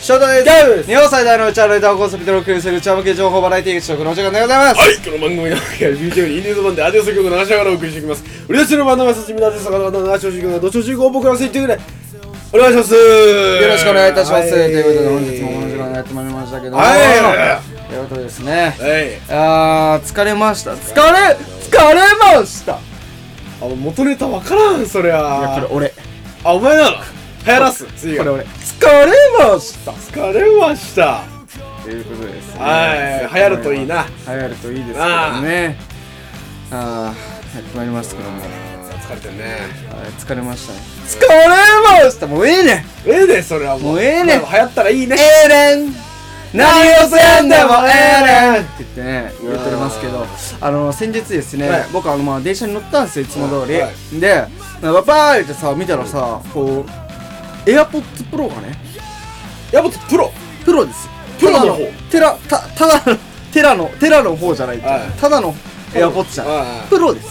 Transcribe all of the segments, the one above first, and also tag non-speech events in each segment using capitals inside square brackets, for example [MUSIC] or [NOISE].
翔太ですギャグです日本最大のうちわのネタをコンセプトにお送りするうちわ向け情報バラエティー局のお時間でございますはいこの番組の中で BGM にインディーズ版でアディオス曲を流しながらお送りしていきます売り出しのバンドマイスチミナーですがどうぞ流しをしてくださいどうしようしようご応募くださいということでお願いしますよろしくお願いいたします、とはいうことで本日もこの時間がやってまいりましたけどもはということでですねはいあー疲れました疲れ疲れましたあ元ネタわからんそりゃこれ俺こあお前なの流行らす次れが俺疲れました疲れましたということですねはい流行るといいな流行るといいですけどあねああやってまいりましたけどもあー疲れてんねはい疲れましたね疲れましたもういいねええでそれはもうもうええねまあ流行ったらいいねエレン何をせんでもエレンって言ってねう言わーっておりますけどあの先日ですね、はい僕あのまあ電車に乗ったんですよいつも通り、はいはでババーってさ見たらさこうエアポッツプロがねやっぱプロプロですよプロのただ方のテラたただのテラのテラの方じゃないって、はいただのエアポッツじゃはいなはいいプロです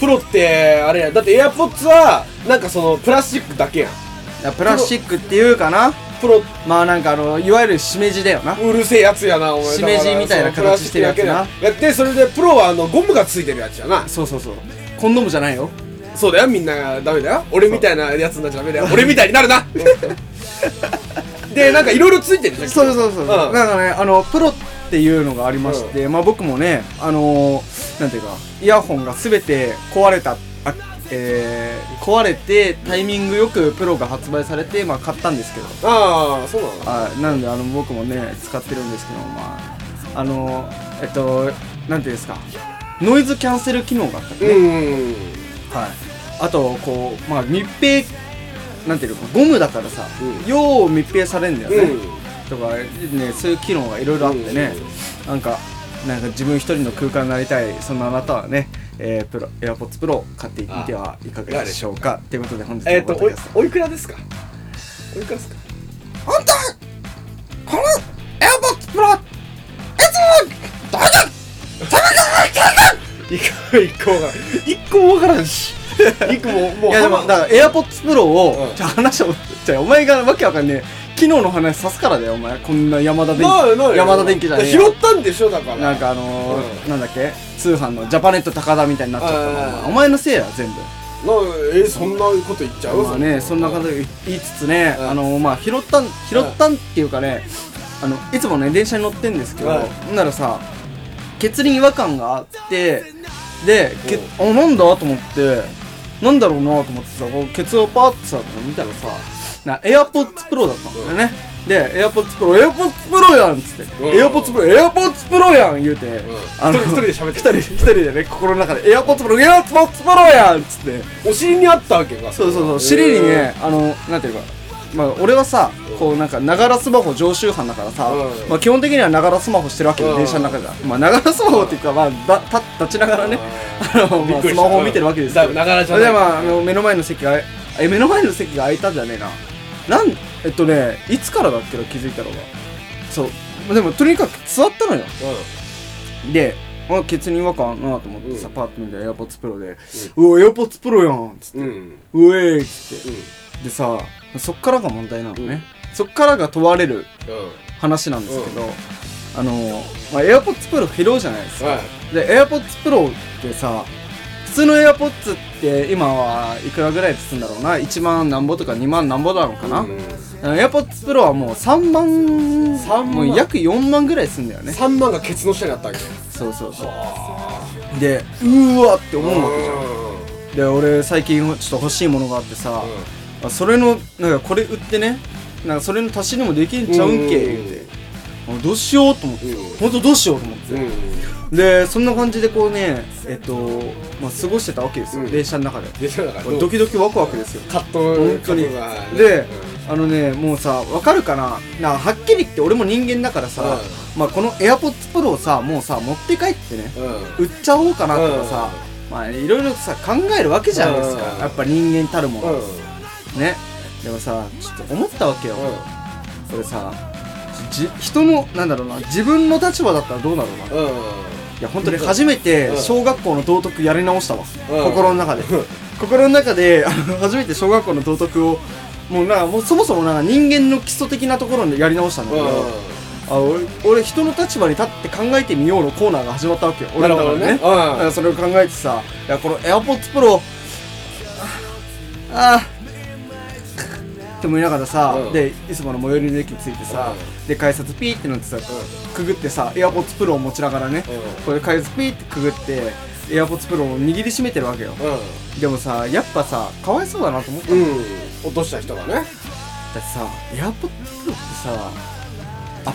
プロってあれやだってエアポッツはなんかそのプラスチックだけやんいやプラスチックっていうかなプロまあなんかあのいわゆるしめじだよなうるせえやつやなお前しめじみたいなだから形してるやつなそのプラスチックだけだやってそれでプロはあのゴムがついてるやつやなそうそうそうコンドームじゃないよそうだよみんながダメだよ俺みたいなやつになっちゃダメだよ俺みたいになるなでなんかいろいろついてるじゃんそうそうそう、ううんなんかねあのプロっていうのがありまして、まあ僕もねあのー、なんていうかイヤホンが全て壊れたあえー、壊れてタイミングよくプロが発売されてまあ買ったんですけどああそうなのあなんであの僕もね使ってるんですけどまああのえっとなんていうんですかノイズキャンセル機能があったりね、うんはい、あとこうまあ密閉なんていうのかゴムだからさ、うよう密閉されんだよね、うんとかねそういう機能がいろいろあってね、なんかなんか自分一人の空間になりたいそんなあなたはね、えー、プロ AirPods Pro 買ってみてはいかがでしょうかということで本日えのっとポッドキャストおいおいくらですかおいくらですかあんたこの AirPods Pro いつも誰だいか一個が一個もわからんし一個ももういやでもはまだから AirPods Pro を、うんじゃあ話をじゃあお前がわけわかんねえ機能の話さすからだよお前こんな山田電なな機山田電機じゃねえ拾よったんでしょだからなんかあのーうなんだっけ通販のジャパネット高田みたいになっちゃったはいのはいおはい前お前のせいや全部なえそんなこと言っちゃうまあねそんなこと言いつつねうんあのーまあ拾ったん拾ったんっていうかねあのいつもね電車に乗ってんですけどはいならさ血に違和感があってでけあなんだと思ってなんだろうなと思ってさこうケツをパーッてさ見たらさな AirPods Pro だったんだよね、で AirPods Pro AirPods Pro やんっつって、うん AirPods Pro AirPods Pro やん言うて、あの一人一人で喋って一人一人でね心の中で AirPods Pro AirPods Pro やんっつってお尻にあったわけかそうそうそう尻にねあのなんていうかまあ俺はさこうなんかながらスマホ常習犯だからさ、うんまあ基本的にはながらスマホしてるわけうよん電車の中ではまあながらスマホっていうかまあだ立立ちながらねあの、びまっあ、スくりしたマホを見てるわけですだいぶながらじゃないでまああの目の前の席がえ目の前の席が空いたんじゃねえななんえっとねいつからだっけな気づいたのがそうでもとにかく座ったのようであケツに違和感あるなと思ってさ、うんパッと見て AirPods Pro で「うわ AirPods Pro やん」つってんうん「うえーい」つってうんでさそっからが問題なのね、そっからが問われるう話なんですけど、あのまあ、AirPods Pro 拾うじゃないですんか、はいで AirPods Pro ってさ普通の AirPods って今はいくらぐらいするんだろうな1万なんぼとか2万なんぼなのかな、AirPods Pro はもう3万3万もう約4万ぐらいするんだよね3万がケツの下にあったわけそうそうそうあでうーわってあ思うわけじゃんで俺最近ちょっと欲しいものがあってさ、あそれのなんかこれ売ってねなんかそれの足しにもできんちゃうんけうん言うてあどうしようと思ってうん本当どうしようと思って、うんでそんな感じでこうねえっと、まあ、過ごしてたわけですよ、うん電車の中ででしょだからドキドキワクワクですよカット本当にであのねもうさわかるかななんかはっきり言って俺も人間だからさ、まあ、この AirPods Pro をさもうさ持って帰ってねうんうん売っちゃおうかなとかさ、まあいろいろさ考えるわけじゃないですか、うんやっぱ人間たるもの、うんねでもさちょっと思ったわけよ、うんこれさじ人のなんだろうな自分の立場だったらどうだろうな、いうんや本当に初めてうん小学校の道徳やり直したわ、うん心の中でん心の中であの初めて小学校の道徳をもうなんかもうそもそもなんか人間の基礎的なところにやり直したんだけど、あ俺俺人の立場に立って考えてみようのコーナーが始まったわけよ俺の中でねなるほどねうんだからそれを考えてさいやこの AirPods Pro ああって思いながらさ、うんでいつもの最寄りの駅に着いてさ、で改札ピーってなってさ、くぐってさ AirPods Pro を持ちながらね、うこれ改札ピーってくぐって AirPods Pro を握りしめてるわけようんうんでもさやっぱさかわいそうだなと思ったのうん落とした人がねだってさエアポッ d プロってさあ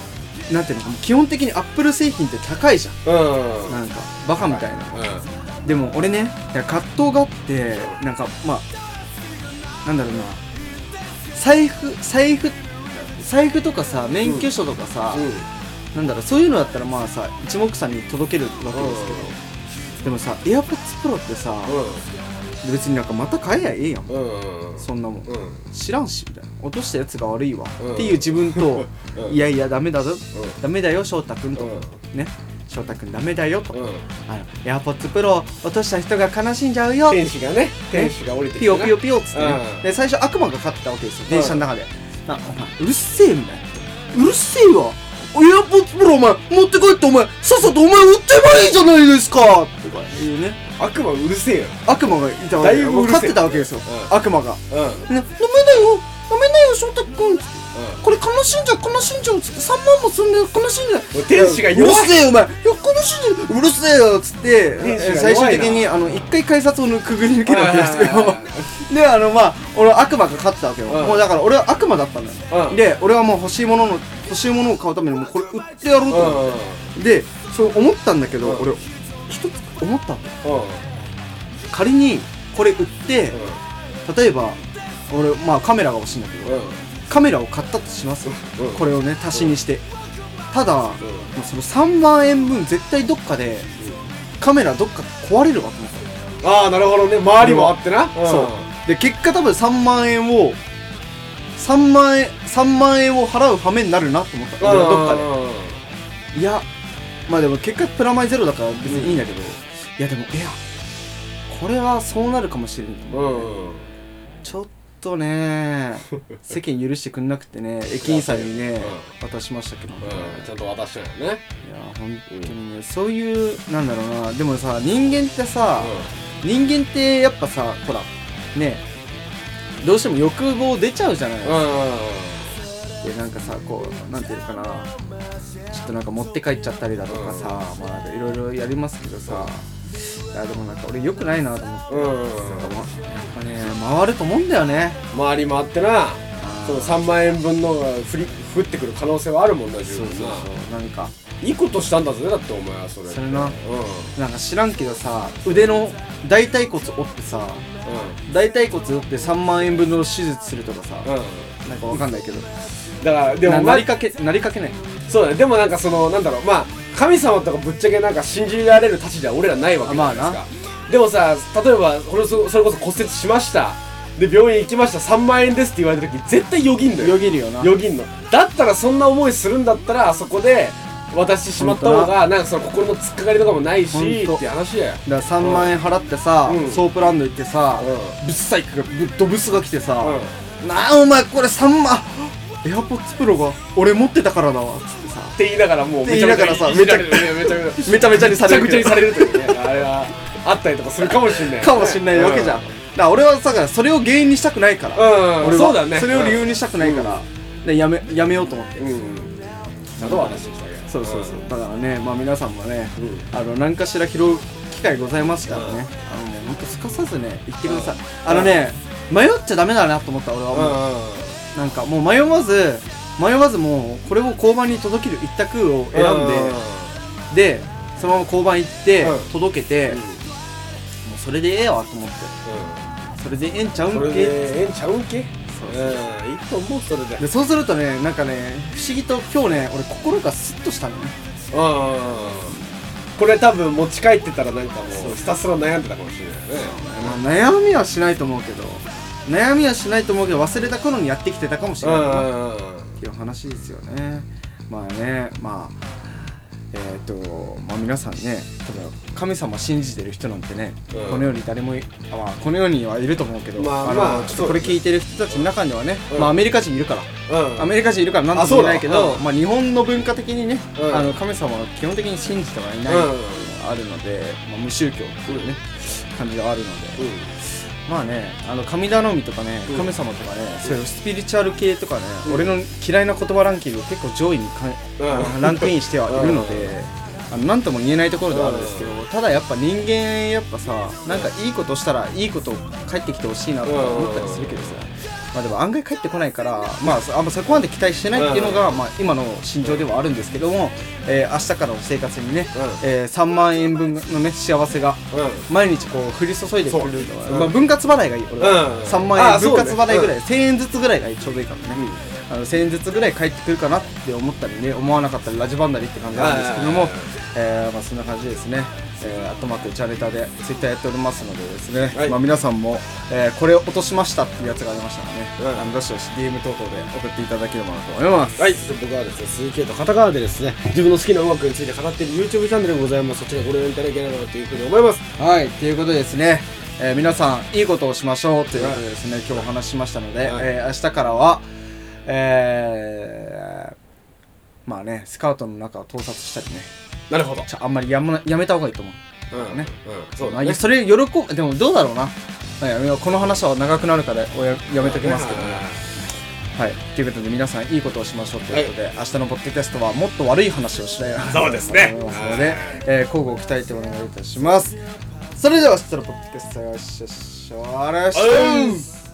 なんていうのかな基本的にアップル製品って高いじゃうんんなんかバカみたいな、うでも俺ねだから葛藤があってなんかまあなんだろうな財布財布財布とかさ免許証とかさ、んなんだろうそういうのだったらまあさ一目散に届けるわけですけど、でもさ AirPods Pro ってさ、別になんかまた買えやええやんうんうんうんそんなもんうん知らんしみたいな落としたやつが悪いわ、うんっていう自分と、うんいやいやダメだぞ、んダメだよ翔太君と、うね翔太君ダメだよと、うんあのエアポッツプロ落とした人が悲しんじゃうよ天使がね天使が降りてきピヨてねピヨピヨっつって、ねうんで最初悪魔が勝ってたわけですよん電車の中で、なお前うるせえみたいなうるせえわエアポッツプロお前持って帰ってお前さっさとお前売ってばいいじゃないですかとかいうね悪魔うるせえよ悪魔がいたわけだいぶうもうるせえ勝ってたわけですよ、うん悪魔がうんうんね、ダメだよダメだよ翔太君これ悲しんじゃう悲しんじゃうっつって3万もすんで悲しんじゃうもう天使が弱いうるせえよお前いや悲しんじゃううるせえよっつって天使が弱いな最終的にあの一回改札をくぐり抜けるわけですはいはいはよであのまあ俺は悪魔が勝ったわけよ、うんもうだから俺は悪魔だったんだよ、うんで俺はもう欲しいものの欲しいものを買うためにもうこれ売ってやろうと思って、でそう思ったんだけど、うん俺一つ思ったのうん仮にこれ売って、例えば俺まあカメラが欲しいんだけど、うんカメラを買ったとします、うんこれをね足しにして、ただ、もうんうその3万円分絶対どっかでカメラどっか壊れるわけですよああなるほどね周りもあってなそうで結果多分3万円を3万円3万円を払う羽目になるなと思ったうん俺はどっかでうんいやまあでも結果プラマイゼロだから別にいいんだけど、いやでもいやこれはそうなるかもしれないと思ってうんちょっとね [LAUGHS] 世間許してくんなくてね駅員さんにね渡しましたけど、いうんちゃんと渡したよねや本当にねそういうなんだろうなでもさ人間ってさ、人間ってやっぱさほらねどうしても欲望出ちゃうじゃない、うんうんでなんかさこうなんていうのかなちょっとなんか持って帰っちゃったりだとかさ、まあいろいろやりますけどさ、いやでもなんか俺良くないなと思って、うんうんなんかまやっぱね回ると思うんだよね周りもあってなあーその3万円分のが降り降ってくる可能性はあるもんな自そう分そうなそうなんかいいことしたんだぜだってお前はそれそれなうんうんなんか知らんけどさ腕の大腿骨折ってさ大腿骨折って3万円分の手術するとかさうんなんかわかんないけどだからででももなまなりかけなりかけないそうだねでもなんかそのなんだろうまあ神様とかぶっちゃけなんか信じられる立ちじゃ俺らないわけじゃないですまか、でもさ例えばこれそそれこそ骨折しましたで病院行きました3万円ですって言われた時絶対よぎんのよよぎるよなよぎんのだったらそんな思いするんだったらあそこで渡してしまった方がなんかその心の突っかかりとかもないしほんとって話だよだから3万円払ってさ、うんソープランド行ってさ、うブッサイクがぶっとブスが来てさ、うなあお前これ3万エアポッツプロが俺持ってたからだわっつってさって言いながらもうって言いながらさいじれるねめちゃめちめちゃめちゃゃにされるめちゃくちゃにされるというねあれはあったりとかするかもしれないかもしんないわけじゃん、うだから俺はさだからそれを原因にしたくないから、うんうん俺はそうだねそれを理由にしたくないから、でやめやめようと思って、うんちゃんと話してきたわけそうそうそう、んだからねまあ皆さんもね、うあの何かしら拾う機会ございますからね、うあんのねほんとすかさずね言ってください、あのね迷っちゃダメだなと思った俺はうもう、んうんなんかもう迷わず迷わずもうこれを交番に届ける一択を選んで、でそのまま交番行って、うん届けて、うんもうそれでええわと思ってそれでええんちゃううんそれんでけええんちゃうんけそううんいいと思うそれででそうするとねなんかね不思議と今日ね俺心がスッとしたのねこれ多分持ち帰ってたらなんかもうひたすら悩んでたかもしれないよねまあ、悩みはしないと思うけど悩みはしないと思うけど忘れた頃にやってきてたかもしうれないなんうんうんっていう話ですよねまあねまあえーっとまあ、皆さんね多分神様信じてる人なんてね、うんこの世に誰もいあまあこの世にはいると思うけど、まあのまちあょっそとうこでれす聞いてる人たちの中にはね、うんまあ、アメリカ人いるから、うんアメリカ人いるからなんとも言えないけあそうど、だまあ、日本の文化的にね、うんあの神様は基本的に信じてはいないっていうのがあるので、まあ、無宗教っていうね、感じがあるので、まあねあの神頼みとかね、うん神様とかね、そういうスピリチュアル系とかね、俺の嫌いな言葉ランキング結構上位にか、うんあのランクインしてはいるので。あのなんとも言えないところではあるんですけど、ただやっぱ人間やっぱさなんかいいことしたらいいこと返ってきてほしいなとか思ったりするけどさ、まあでも案外返ってこないから、まあそ、あんまそこまで期待してないっていうのが、まあ今の心情ではあるんですけども、えー明日からの生活にね、うんえー3万円分のね幸せがうんうん毎日こう降り注いでくれるのは、そううんまあ、分割払いがいい俺は、うん3万あ円分割払いぐらい、そ1000円ずつぐらいがちょうどいいからね、あの1000円ずつぐらい返ってくるかなって思ったりね思わなかったりラジバンダリって感じなんですけどもはいはいはい、えーまあ、そんな感じですねえー、あとまくチャレタでツイッターやっておりますのでですね、はいまあ、皆さんも、えーこれを落としましたっていうやつがありましたらね、うんあのどしどし DM 等々で送っていただければなと思いますはい、僕はですね、鈴木と片川でですね、自分の好きな音楽について語っている YouTube チャンネルがございます。そちらご覧いただければなというふうに思います。はい、ということでですね、えー皆さん、いいことをしましょうということでですね、今日お話ししましたので、はいえー明日からは、えーまあね、スカートの中を盗撮したりね、なるほど。ちょあんまりやむなやめた方がいいと思う。うん、ねうん、そうまだあいねや。それ、喜ぶ、でもどうだろうな。まあいやこの話は長くなるからおややめときますけどね。はい、ということで皆さんいいことをしましょうということで、明日のポッドキャストはもっと悪い話をしないようそうですねと思いますので、えー、交互を鍛えてお願いいたしますそれでは明日のポッドキャストをよしよしよしよし